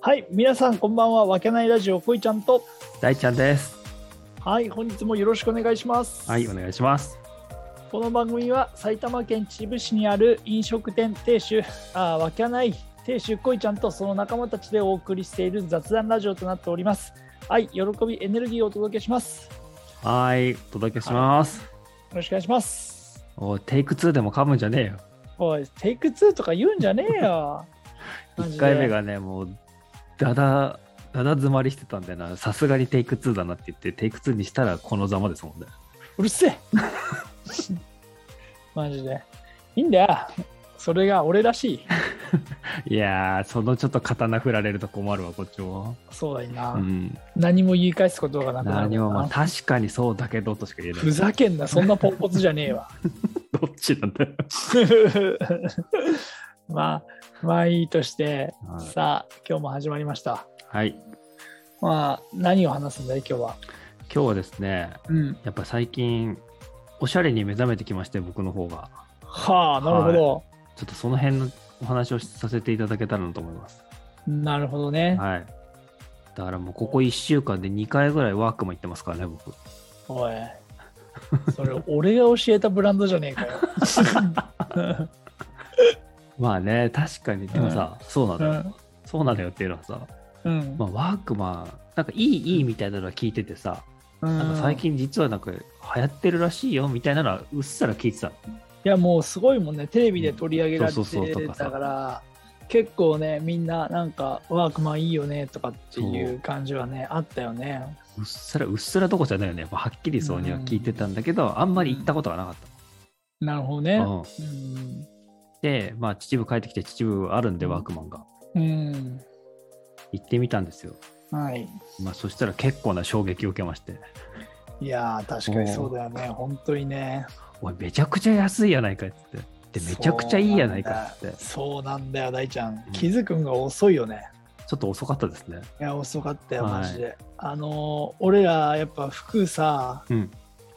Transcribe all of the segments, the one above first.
はい、皆さんこんばんは。わけないラジオこいちゃんと、大ちゃんです。はい、本日もよろしくお願いします。はい、お願いします。この番組は埼玉県秩父市にある飲食店亭主あーわけない亭主こいちゃんとその仲間たちでお送りしている雑談ラジオとなっております。はい、喜びエネルギーをお届けします。はい、お届けします。よろしくお願いします。おい、テイク2でも噛むんじゃねえよ。おい、テイク2とか言うんじゃねえ よ。マジで1回目がね、もう、だだ、だだ詰まりしてたんだよな。さすがにテイク2だなって言って、テイク2にしたらこのざまですもんね。うる せえマジで。いいんだよ。それが俺らしい。いやー、そのちょっと刀振られると困るわ、こっちも。そうだいな。うん。何も言い返すことがなくなる何も、まあ、な。確かにそうだけどとしか言えない。ふざけんな、そんなポンコツじゃねえわ。 どっちなんだよ。まあ、まあいいとして、はいさあ、今日も始まりました。はい。まあ、何を話すんだい、今日は。今日はですね、うん。やっぱ最近、おしゃれに目覚めてきまして、僕の方が。はあ、なるほど。ちょっとその辺のお話をさせていただけたらなと思います。なるほどね。はい。だからもうここ1週間で2回ぐらいワークも行ってますからね、僕。おい。それ、俺が教えたブランドじゃねえかよ。まあね、確かに。でもさ、そうな うのよ。ん。そうなのよっていうのはさ、うん。まあ、ワークマン、なんかいい、いいみたいなのは聞いててさ、うんなんか最近実はなんか流行ってるらしいよみたいなのはうっすら聞いてた。いやもうすごいもんねテレビで取り上げられそうそうそうてとかさたから結構ねみんななんかワークマンいいよねとかっていう感じはねあったよねうっすら、うっすらどこじゃないよね。やっぱはっきりそうには聞いてたんだけど、あんまり行ったことがなかっなるほどた。ねうん、うんで、まあ秩父帰ってきて秩父あるんで、ワークマンが。うん行ってみたんですよ。はいまあ、そしたら結構な衝撃を受けまして、いやー確かにそうだよね本当にねおい、めちゃくちゃ安いやないかっつって、で、めちゃくちゃいいやないかっつって、そうなんだよ大ちゃんうん気づくんが遅いよねちょっと遅かったですね。いや遅かったよはいマジで、あのー俺らやっぱ服さうん。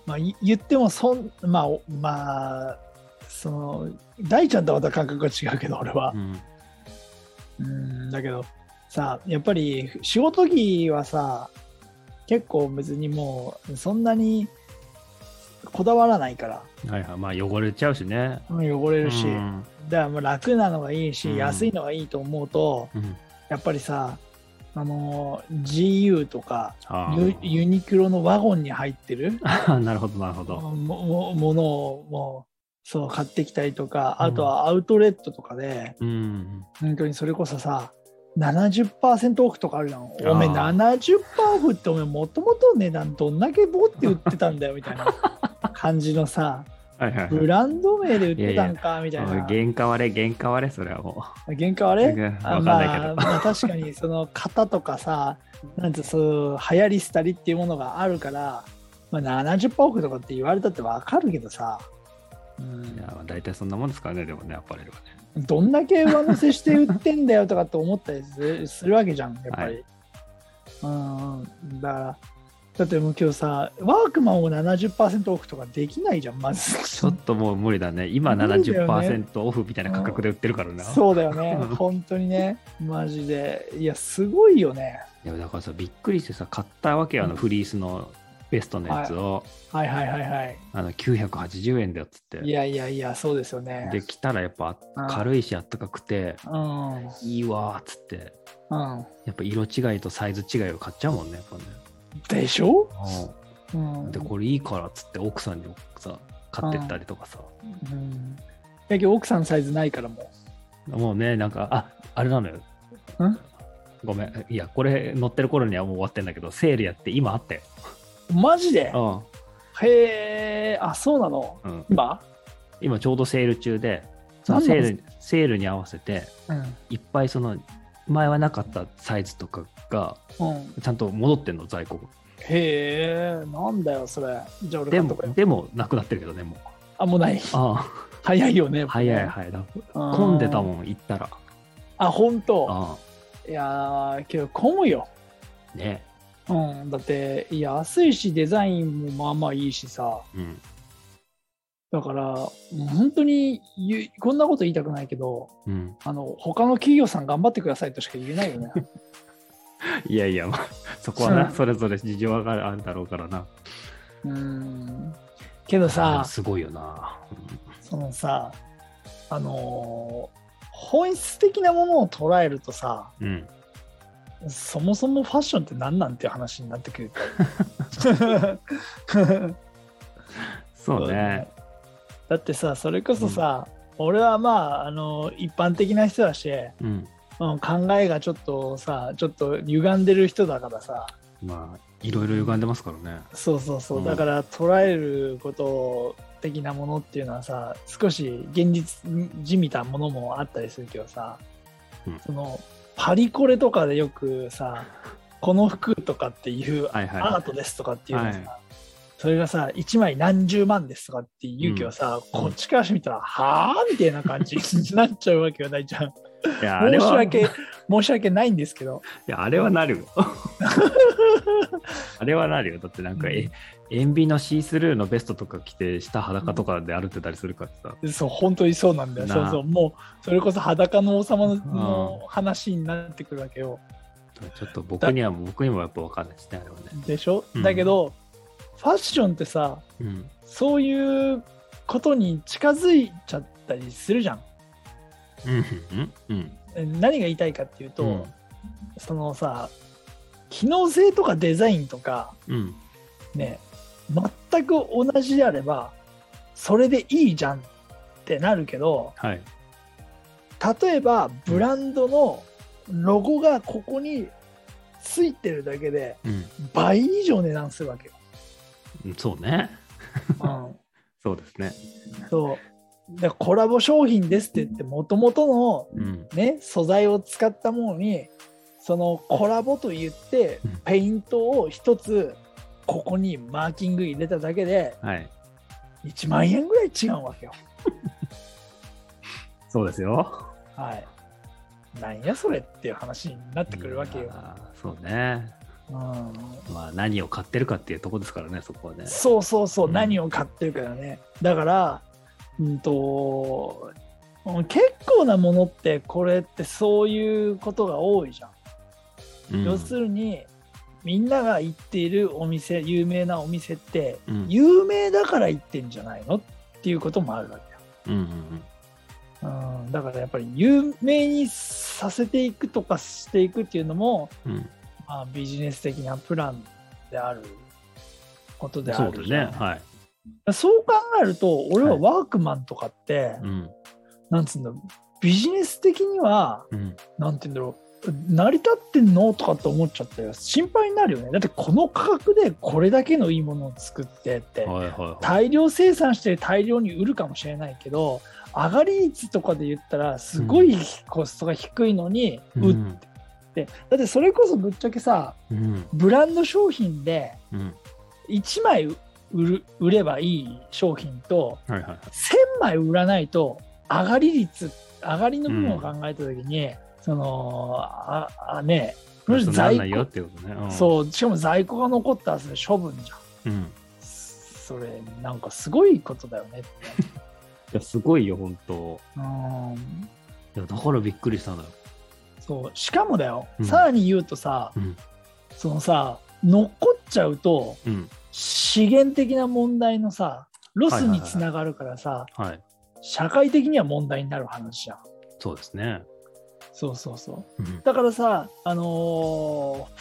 まあ、い言ってもそんまあおまあその大ちゃんとはまた感覚が違うけど俺はう、ん。うんだけどさやっぱり仕事着はさ結構別にもうそんなにこだわらないからはいはい。まあ、汚れちゃうしね。うん汚れるし、うん。だからもう楽なのがいいし、うん安いのがいいと思うとうんやっぱりさあの GU とかあユユニクロのワゴンに入ってるあ。 なるほど、なるほど。ももものをもうそう買ってきたりとかうんあとはアウトレットとかで、うん。本当にそれこそさ70%オフとかあるやんおめえあー70%オフっておめえもともと値段どんだけボって売ってたんだよみたいな感じのさはいはいブはい。ランド名で売ってたんかみたいなおい原価割れ、原価割れ、それはも原価あう。れわかあんまないけあ、ど。まあ確かにその型とかさなんてそう流行り廃りっていうものがあるから、まあ、70%オフとかって言われたってわかるけどさ、うんいや、まあ大体そんなもんですからね、でもね、アパレルはね。どんだけ上乗せして売ってんだよとかって思ったりすするわ けじゃん、やっぱり。うん、だから、だってもう今日さ、ワークマンを70%オフとかできないじゃん、まず。ちょっともう無理だね。今無理だよね70%オフみたいな価格で売ってるから な。そうだよねうん、本当にね、マジで。いや、すごいよね。いやだからさびっくりしてさ買ったわけよあうのんフリースのベストのやつを、はいはいはいはい。あの980円だよっつっていやいやいや、そうですよね。で来たらやっぱうん軽いしあったかくてうん、うん。いいわーっつってやっぱ色違いとサイズ違いを買っちゃうもんねやっぱね、でしょ、うん、でこれいいからっつって奥さんにさ買ってったりとかさ、うん。だけど奥さんのサイズないからももうねなんかああれなのよう。んごめんいやこれ乗ってる頃にはもう終わってんだけどセールやって今あったよマジでうへえ、あ、そうなのん、うん、今今ちょうどセール中でその何なセのールセールに合わせてうん。いっぱいその前はなかったサイズとかがうん、ちゃんと戻ってんの在庫がへえ、なんだよ、それ。じゃあ俺で買っともくよ。でもなくなってるけどねもうあ、もうない。 あ早いよね。あ早い早いだうん混んでたもん行ったらあ、本当。あいやー、けど混むよ。あねうん、だって、いや安いし、デザインもまあまあいいしさ。うんだから、もう本当に言うこんなこと言いたくないけど、うん あの、他の企業さん頑張ってくださいとしか言えないよね。いやいや、まあそこはな、そうそれぞれ事情があるだろうからな。うんけどでもさすごいよな。そのさあのー本質的なものを捉えるとさうんうん。そもそもファッションって何なんていう話になってくるから。 そうね。だってさそれこそさ、俺はまああの一般的な人だし、うん。うん、考えがちょっとさちょっと歪んでる人だからさまあ、いろいろ歪んでますからね。そうそうそう、うんだから捉えること的なものっていうのはさ少し現実じみたものもあったりするけどさ、うんそのパリコレとかでよくさこの服とかっていうはいはいアートですとかっていうのさ、はいそれがさ1枚何十万ですとかっていうけどさ、うんこっちからしてみたら、はあみたいな感じに なっちゃうわけよ大ちゃんいや、あれ申しは、い訳申し訳ないんですけどや、あれはな るよ。あれはなるよ。だってなんか、え塩ビのシースルーのベストとか着て、下裸とかで歩ってたりするからさ。そう本当にそうなんだよなそうそうもうそれこそ裸の王様ののう話になってくるわけよちょっと僕には、僕にもやっぱ分かんないですね、あれはね。でしょ、うんだけどファッションってさうん。そういうことに近づいちゃったりするじゃんうん。うん。え何が言いたいかっていうと、うんそのさ機能性とかデザインとかうん。ね全く同じであればそれでいいじゃんってなるけどはい。例えばブランドのロゴがここについてるだけでうん。倍以上値段するわけよ。うんそうね。うそうですね。ん、そうでコラボ商品ですって言ってもともとの、うん。ね、素材を使ったものにそのコラボと言ってうんペイントを一つここにマーキング入れただけではい。 1万円ぐらい違うわけよ。そうですよ。はい、なんやそれっていう話になってくるわけいよ。やー。そうね。うんまあ、何を買ってるかっていうとこですからね、そこはね。そうそうそう、うん何を買ってるかだね。だから、うんと、うん結構なものって、これってそういうことが多いじゃん。うん要するに、みんなが行っているお店、有名なお店って、うん有名だから行ってんじゃないのっていうこともあるわうんうんけよ。うん、だからやっぱり有名にさせていくとかしていくっていうのも、うんうんまあ、ビジネス的なプランであることであそるうだじゃんね。はい。そう考えると俺ははいワークマンとかって、うん。なんつうんだろうビジネス的にはうん。なんて言うんだろう成り立ってんのとかって思っちゃったよ心配になるよねだってこの価格でこれだけのいいものを作ってって、はいはいは大量生産して大量に売るかもしれないけど上がり率とかで言ったらすごいコストが低いのにい。売って、だってそれこそぶっちゃけさうん。ブランド商品でうん。 1枚売る売ればいい商品とはいはいはい。 1000枚売らないと上がり率上がりの部分を考えた時に、そのああねもしそうなん在ないよっ庫てことね。うんそうしかも在庫が残ったらそれ処分じゃんうん。いそれなんかすごいことだよねってや、すごいよ、本当うんいや、だからびっくりしたのよ。そうしかもだよ、うんさらに言うとさ、うんそのさ残っちゃうとうん。資源的な問題のさロスにつながるからさ、はい。社会的には問題になる話じゃんそうですね。そうそうそううん。だからさ、あのーフ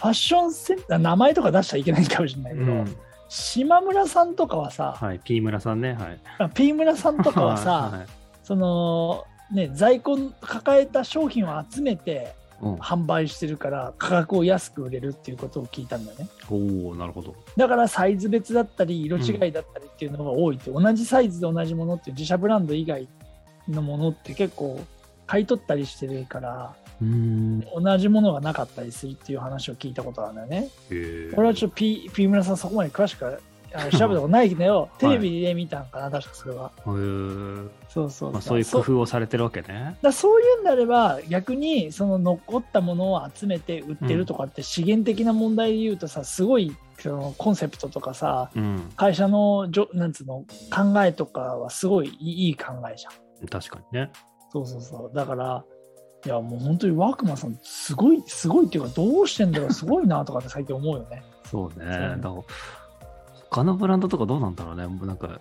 ァッションセンター、名前とか出しちゃいけないかもしれないけど、うん島村さんとかはさ、はい。P 村さんね。はい。あ P 村さんとかはさ、 はい、その、ね、在庫抱えた商品を集めてうん販売してるから、価格を安く売れるっていうことを聞いたんだよね。おおなるほど。だからサイズ別だったり、色違いだったりっていうのが多いって、同じサイズで同じものっていう自社ブランド以外のものって結構買い取ったりしてるから、うーん。へ同じものがなかったりするっていう話を聞いたことあるんだよね。え。俺はちょっと P, P 村さんそこまで詳しくはあの調べたことないけ ど、テはいレビで見たんかな、確かそれは。へーそうそうまあ、そういう工そ夫をされてるわけね。だそういうんであれば、逆にその残ったものを集めて売ってるとかって、資源的な問題で言うとさ、すごいそのコンセプトとかさ、うん。会社のじょなんつうの考えとかはすごいいいいい考えじゃん。確かにね。そうそうそう。だから、いやもう本当にワークマンさんすごいすごいっていうかどうしてんだろうすごいなとかって最近思うよね。そうね。ねだから他のブランドとかどうなんだろうね。もうなんか、うん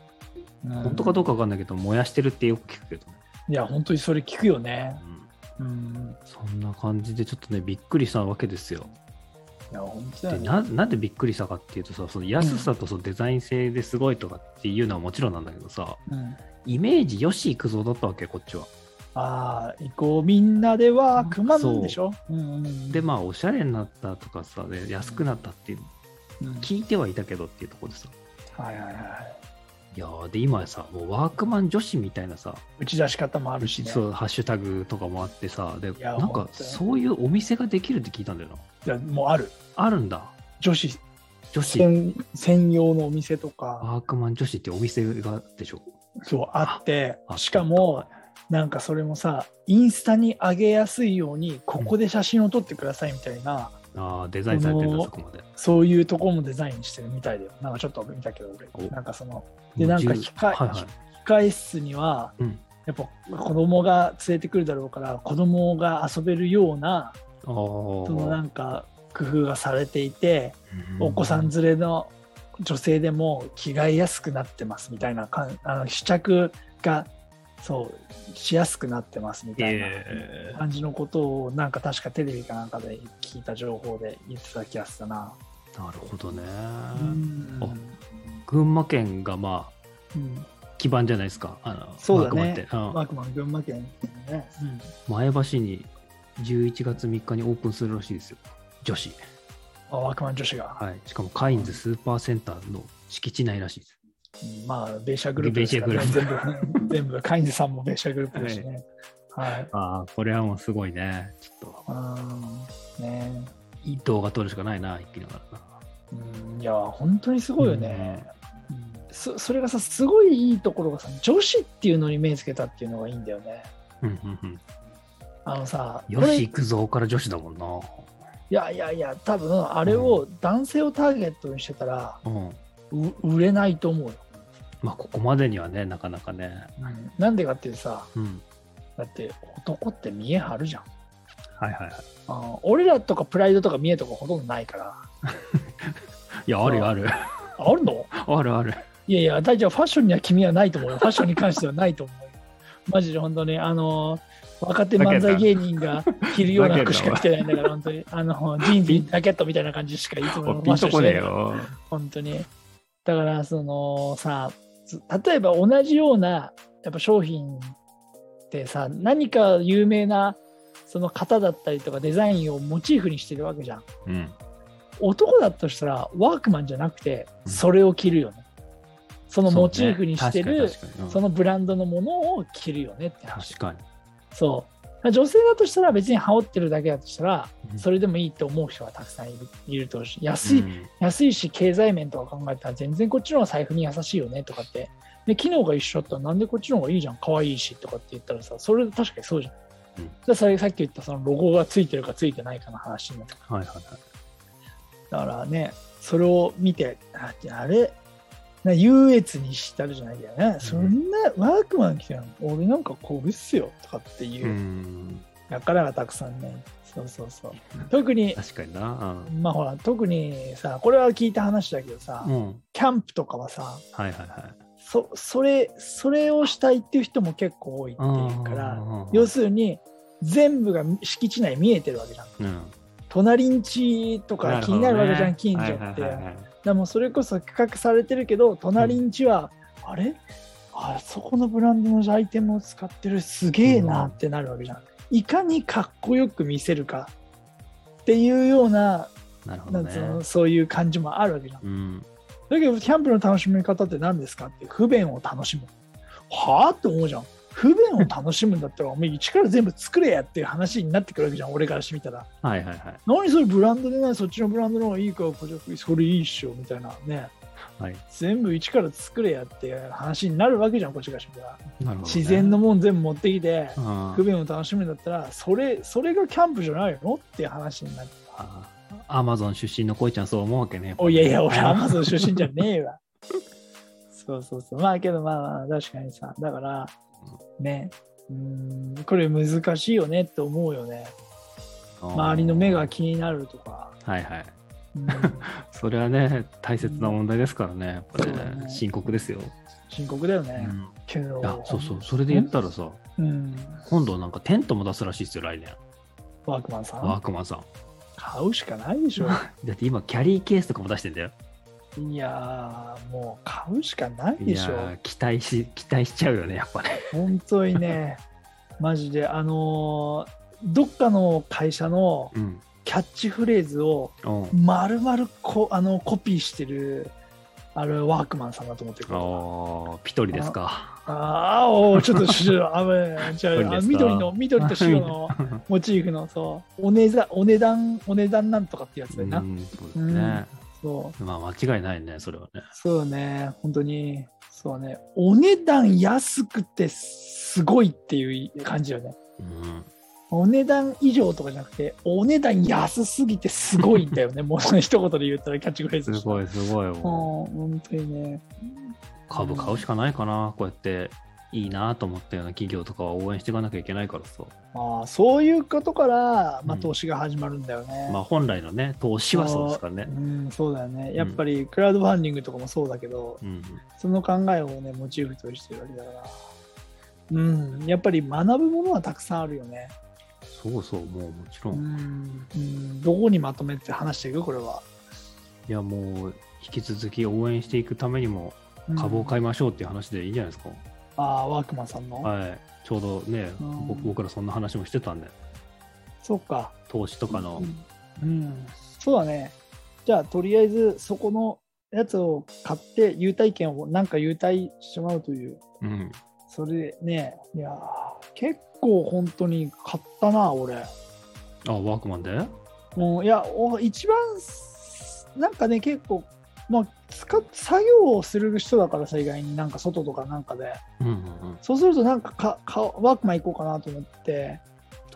本当かどうかわかんないけど、燃やしてるってよく聞くけどね。いや本当にそれ聞くよね。うんうん、そんな感じで、ちょっとね、びっくりしたわけですよ。いや本当だでよね。ななんでびっくりしたかっていうとさ、その安さとそのデザイン性ですごいとかっていうのはもちろんなんだけどさ、うんイメージよし行くぞだったわけよ、こっちは。ああ、こうみんなでワークマンなんでしょ。で、まあ、おしゃれになったとかさ、で安くなったっていう、あ、うん聞いてはいたけどっていうところでさ、はいはいはい。いやーで、今さ、もうワークマン女子みたいなさ、打ち出し方もあるし、ね、そうハッシュタグとかもあってさでいやなんか本当にそういうお店ができるって聞いたんだよないやもうある。あるんだ女子女子専専用のお店とか、ワークマン女子ってお店がでしょそうあってあ、しかも、なんかそれもさ、インスタに上げやすいように、ここで写真を撮ってくださいみたいな、あーデザインされてるんだこのそこまでそういうとこもデザインしてるみたいだよ。なんかちょっと見たけど、俺、おなんかその、でなんかもう十控えはいはい控え室には、うんやっぱ子供が連れてくるだろうから、子供が遊べるような、あそのーなんか工夫がされていて、お子さんう連れの女性でも着替えやすくなってますみたいなかんあの試着がそうしやすくなってますみたいなえ感じのことをなんか確かテレビかなんかで聞いた情報で言ってた気がしたな。ーなるほどねうんあ群馬県がまあうん基盤じゃないですかあのそうだねワークマンって、ワークマン群馬県のね、うんうん、前橋に11月3日にオープンするらしいですよ女子あワークマン女子が、はいしかもカインズスーパーセンターの敷地内らしいですうんまあベーシアグループですからねベーシアグル全部全部カインズさんもベーシアグループですしね。はい、ああ、これはもうすごいね。ちょっと、うんねいい動画撮るしかないな、生きながらな。うんいや本当にすごいよね、そそれがさすごいいいところがさ女子っていうのに目つけたっていうのがいいんだよねうんうんうん。あのさよこれし、い行くぞから女子だもんやいやいや多分あれを男性をターゲットにしてたら、な。うん。う売れないと思うよ、まあ、ここまでにはね、なかなかね。なんでかっていうとさうん。だって男って見え張るじゃんはいはいはい。あ俺らとかプライドとか見えとかほとんどないからいや、あるよある。あるのあるある。いやいや大丈夫ファッションには君はないと思うよファッションに関してはないと思うよ マジで本当にあの若手漫才芸人が着るような服しか着てないんだから本当にあのジーンズにジャケットみたいな感じしかいつものファッションしてないからよ。本当にだからそのさつ例えば同じようなやっぱ商品ってさ何か有名なその型だったりとかデザインをモチーフにしてるわけじゃんうん。男だとしたらワークマンじゃなくてうんそれを着るよね、そのそうねモチーフにしてるそ,、確かに確かに。うんのブランドのものを着るよねって話確かに。そう女性だとしたら別に羽織ってるだけだとしたらうんそれでもいいと思う人がたくさんいるいると思うし安い、うん安いし経済面とか考えたら全然こっちの方が財布に優しいよねとかってで機能が一緒だったらなんでこっちの方がいいじゃん可愛いしとかって言ったらさそれ確かにそうじゃん、うんでそれさっき言ったそのロゴがついてるかついてないかの話になってはいはいはい。だからね、それを見て、ああれ、な優越にしたるじゃないけどね、そんなワークマン来てるの、俺なんかこぶっすよとかっていうう、ん。やからがたくさんね、そうそうそう。特に、確かにな。まあほら、特にさ、これは聞いた話だけどさ、うん。うんキャンプとかはさ、はいはいはい。そそれそれをしたいっていう人も結構多いっていうから、うん要するに、全部が敷地内見えてるわけじゃん。うん。隣んちとか気になるわけじゃん、近所って。はいはいはいはいでもそれこそ企画されてるけど隣んちは、あれあそこのブランドのアイテムを使ってるすげえなってなるわけじゃん、いかにかっこよく見せるかっていうようななるほなどんつうね。のそういう感じもあるわけじゃんうん。だけどキャンプの楽しみ方って何ですかって不便を楽しむはあって思うじゃん不便を楽しむんだったらお前一から全部作れやっていう話になってくるわけじゃん俺からしてみたらはいはいはい。何それブランドでないそっちのブランドの方がいいからこっちそれいいっしょみたいなねはい。全部一から作れやって話になるわけじゃんこっちがしたらなるほどね自然のもん全部持ってきてうん不便を楽しむんだったらそれそれがキャンプじゃないのっていう話になるあアマゾン出身のこいちゃんそう思うわけね。おいやいや俺アあマゾン出身じゃねえわそうそうそうまあけどまあまあ確かにさだからねうんこれ難しいよねって思うよね周りの目が気になるとか、はいはい うんそれはね大切な問題ですからねやっぱそうだねね深刻ですよ、深刻だようね、ん、けどあそうそうそれで言ったらさうん、今度なんかテントも出すらしいですよ来年ワークマンさワーんクマンさん買うしかないでしょだって今キャリーケースとかも出してんだよいやーもう買うしかないいでやしょー期待し期待しちゃうよねやっぱね本当に ねマジであのーどっかの会社のうんキャッチフレーズをうん丸々こあのコピーしてるあれワークマンさんだと思ってるああピトリですかああおーちょっと ちょっと危ないじゃどれあですか緑の緑と白 のモチーフのそうお,、ね、ざお値段お値段なんとかってやつだうよな、んそうですね、そうまあ間違いないねそれはねそうね本当にそうねお値段安くてすごいっていう感じよねうんお値段以上とかじゃなくてお値段安すぎてすごいんだ よねもうその一言で言ったらキャッチフレーズすごいいすごいも本当にねう株買うしかないかなこうやっていいなと思ったような企業とかは応援していかなきゃいけないからさああそういうことから、まあ、うん投資が始まるんだよね、まあ本来のね投資はそうですからうねん、そうだよね。やっぱりクラウドファンディングとかもそうだけど、うんその考えをね、モチーフとしてるわけだから。うん、やっぱり学ぶものはたくさんあるよね。そうそうもうもちうろんん、うん、どこにまとめて話していくこれは。いやもう引き続き応援していくためにもうん株を買いましょうっていう話でいいんじゃないですか、ああ、ワークマンさんの。はいちょうどねうん僕僕らそんな話もしてたんでそうか。投資とかのうん、うんそうだね。じゃあ、とりあえず、そこのやつを買って、優待券をなんか優待してもらうという。うんそれね、いやー、結構本当に買ったな、俺。あワークマンでもういやお一番すなんかね結構まあ使っ作業をする人だからさ意外になんか外とかなんかでうんうんうんそうするとなんかかかワークマン行こうかなと思って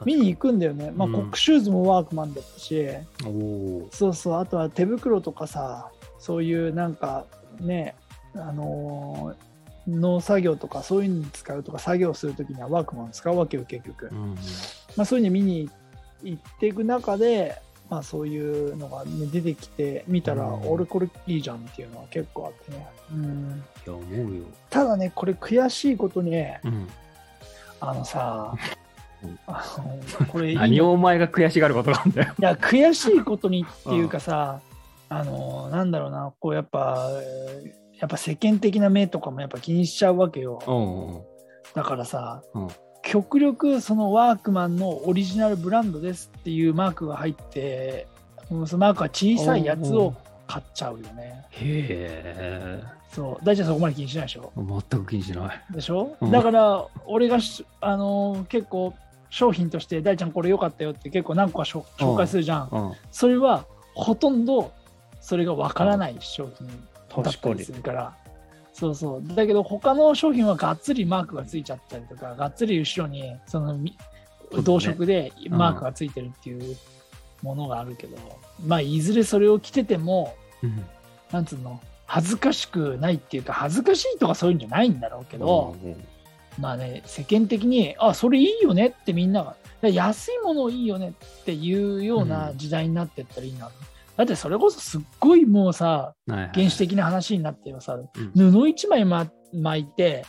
見に行くんだよねまあうんコックシューズもワークマンだったし、おおーそうそうあとは手袋とかさそういうなんかねあのー農作業とかそういうのに使うとか作業するときにはワークマン使うわけよ結局、うんうんまあ、そういうの見に行っていく中で、まあ、そういうのが、ね、出てきて見たら、うん俺これいいじゃんっていうのは結構あってね、うん、いや思うよただねこれ悔しいことにうんあのさうんあのこれいい 何いをお前が悔しがることなんだよ。や悔しいことにっていうかさあのなんだろうなこうやっぱえーやっぱ世間的な目とかもやっぱ気にしちゃうわけよだからさうん極力そのワークマンのオリジナルブランドですっていうマークが入ってもうそのマークは小さいやつを買っちゃうよねへえ。そう大ちゃんそこまで気にしないでしょ全く気にしない。でしょ、うんだから俺がしあのー結構商品として大ちゃんこれ良かったよって結構何個か紹紹介するじゃん、うん、それはほとんどそれがわからない商品だったりするからそうそうだけど他の商品はがっつりマークがついちゃったりとかがっつり後ろにそのみそうだね同色でマークがついてるっていうものがあるけど、まあいずれそれを着ててもうん。なんつうの恥ずかしくないっていうか恥ずかしいとかそういうんじゃないんだろうけど、まあね世間的にあそれいいよねってみんながで安いものいいよねっていうようなうん時代になってったらいいな、だってそれこそすっごいもうさはいはい原始的な話になってはさ、ん布一枚、ま、巻いて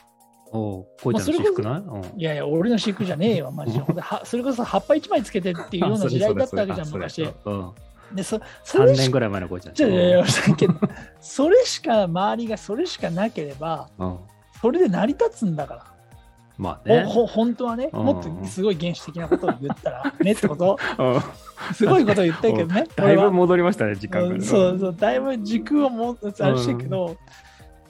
おうこういったの私服ない、 うんいやいや俺の私服じゃねえよ マジでほんではそれこそ葉っぱ一枚つけてっていうような時代だったわけじゃん昔うん、でそそ3れし年かぐらい前のこういちゃん。いやいやいやだけどそれしか周りがそれしかなければうん、それで成り立つんだからまあね。ほほ本当はね、うんもっとすごい原始的なことを言った らねってことうんすごいことを言ったけど ねだい俺ぶは戻りましたね、時間うが。んそうそうだいぶ時空をもあれしてるけど、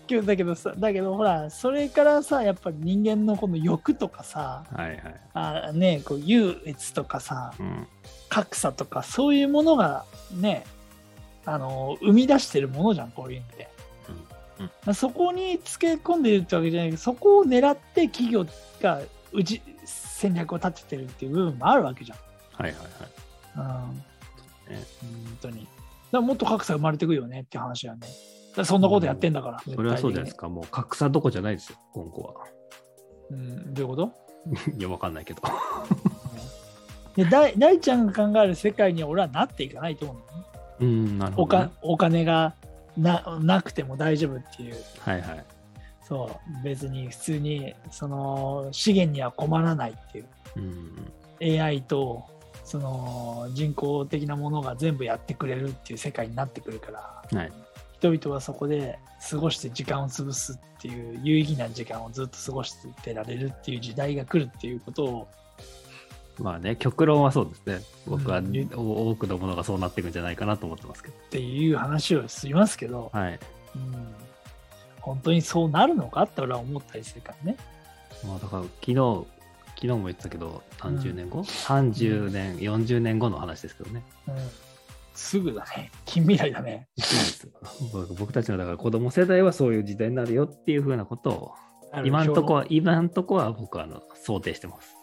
けどだけどさだけどほらそれからさやっぱり人間のこの欲とかさはいはい。あねこう優越とかさうん。格差とかそういうものがねあの生み出してるものじゃんこういうのって、うんうんまあそこにつけ込んでいるってわけじゃないけどそこを狙って企業がうち戦略を立ててるっていう部分もあるわけじはいはいはい。ゃん、うんね本当にだからもっと格差生まれてくよねって話やねだからそんなことやってんだから、それはそうじゃないですか、か。もう格差どこじゃないですよ、今後は。 うん、どういうこといや、わかんないけど。で大大ちゃんが考える世界には俺はなっていかないと思うのねうん、なるおほど、ねか。お金がななくても大丈夫っていうはいはい。そう別に普通にその資源には困らないっていううん。 AI とその人工的なものが全部やってくれるっていう世界になってくるからはい。人々はそこで過ごして時間を潰すっていう有意義な時間をずっと過ごしてられるっていう時代が来るっていうことをまあね、極論はそうですね。僕は、うんお多くのものがそうなっていくんじゃないかなと思ってますけど。っていう話をしますけど、はい。うん、本当にそうなるのかって俺は思ったりするからね。まあだから、昨日、昨日も言ってたけど、30年後、?30 年、40年後の話ですけどね。うん、すぐだね。近未来だね。僕僕たちのだから子供世代はそういう時代になるよっていうふうなことを今んとこは。は今んとこは僕はあの想定してます。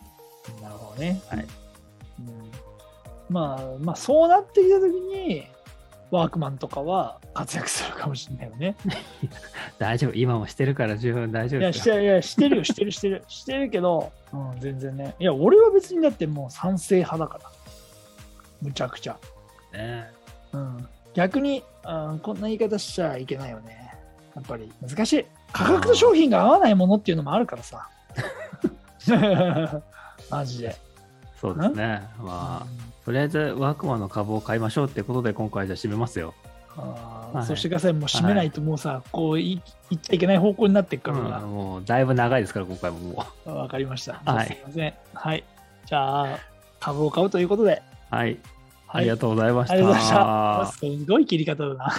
なるほどね。はいうんまあ、まあ、そうなってきた時に、ワークマンとかは活躍するかもしれないよね。大丈夫今もしてるから十分大丈い夫や、でしすよ。ていやしてるよ、してる、してる、してるけど、うん、全然ね。いや、俺は別にだってもう賛成派だから。むちゃくちゃ。ねうん、逆に、うん、こんな言い方しちゃいけないよね。やっぱり難しい。価格と商品が合わないものっていうのもあるから さ。マジで。そうですね。まあとりあえずワークマンの株を買いましょうってことで今回じゃあ締めますよ。あーはいそうしてください。もう閉めないともうさ、こうい言っちゃいけない方向になっていくうかん、らもうだいぶ長いですから今回もも俺はわ、かりました。はいすいません。はい。じゃあ、株を買うということで。う。はい。はありがとうございました。ありがとうございました。すごい切り方だな。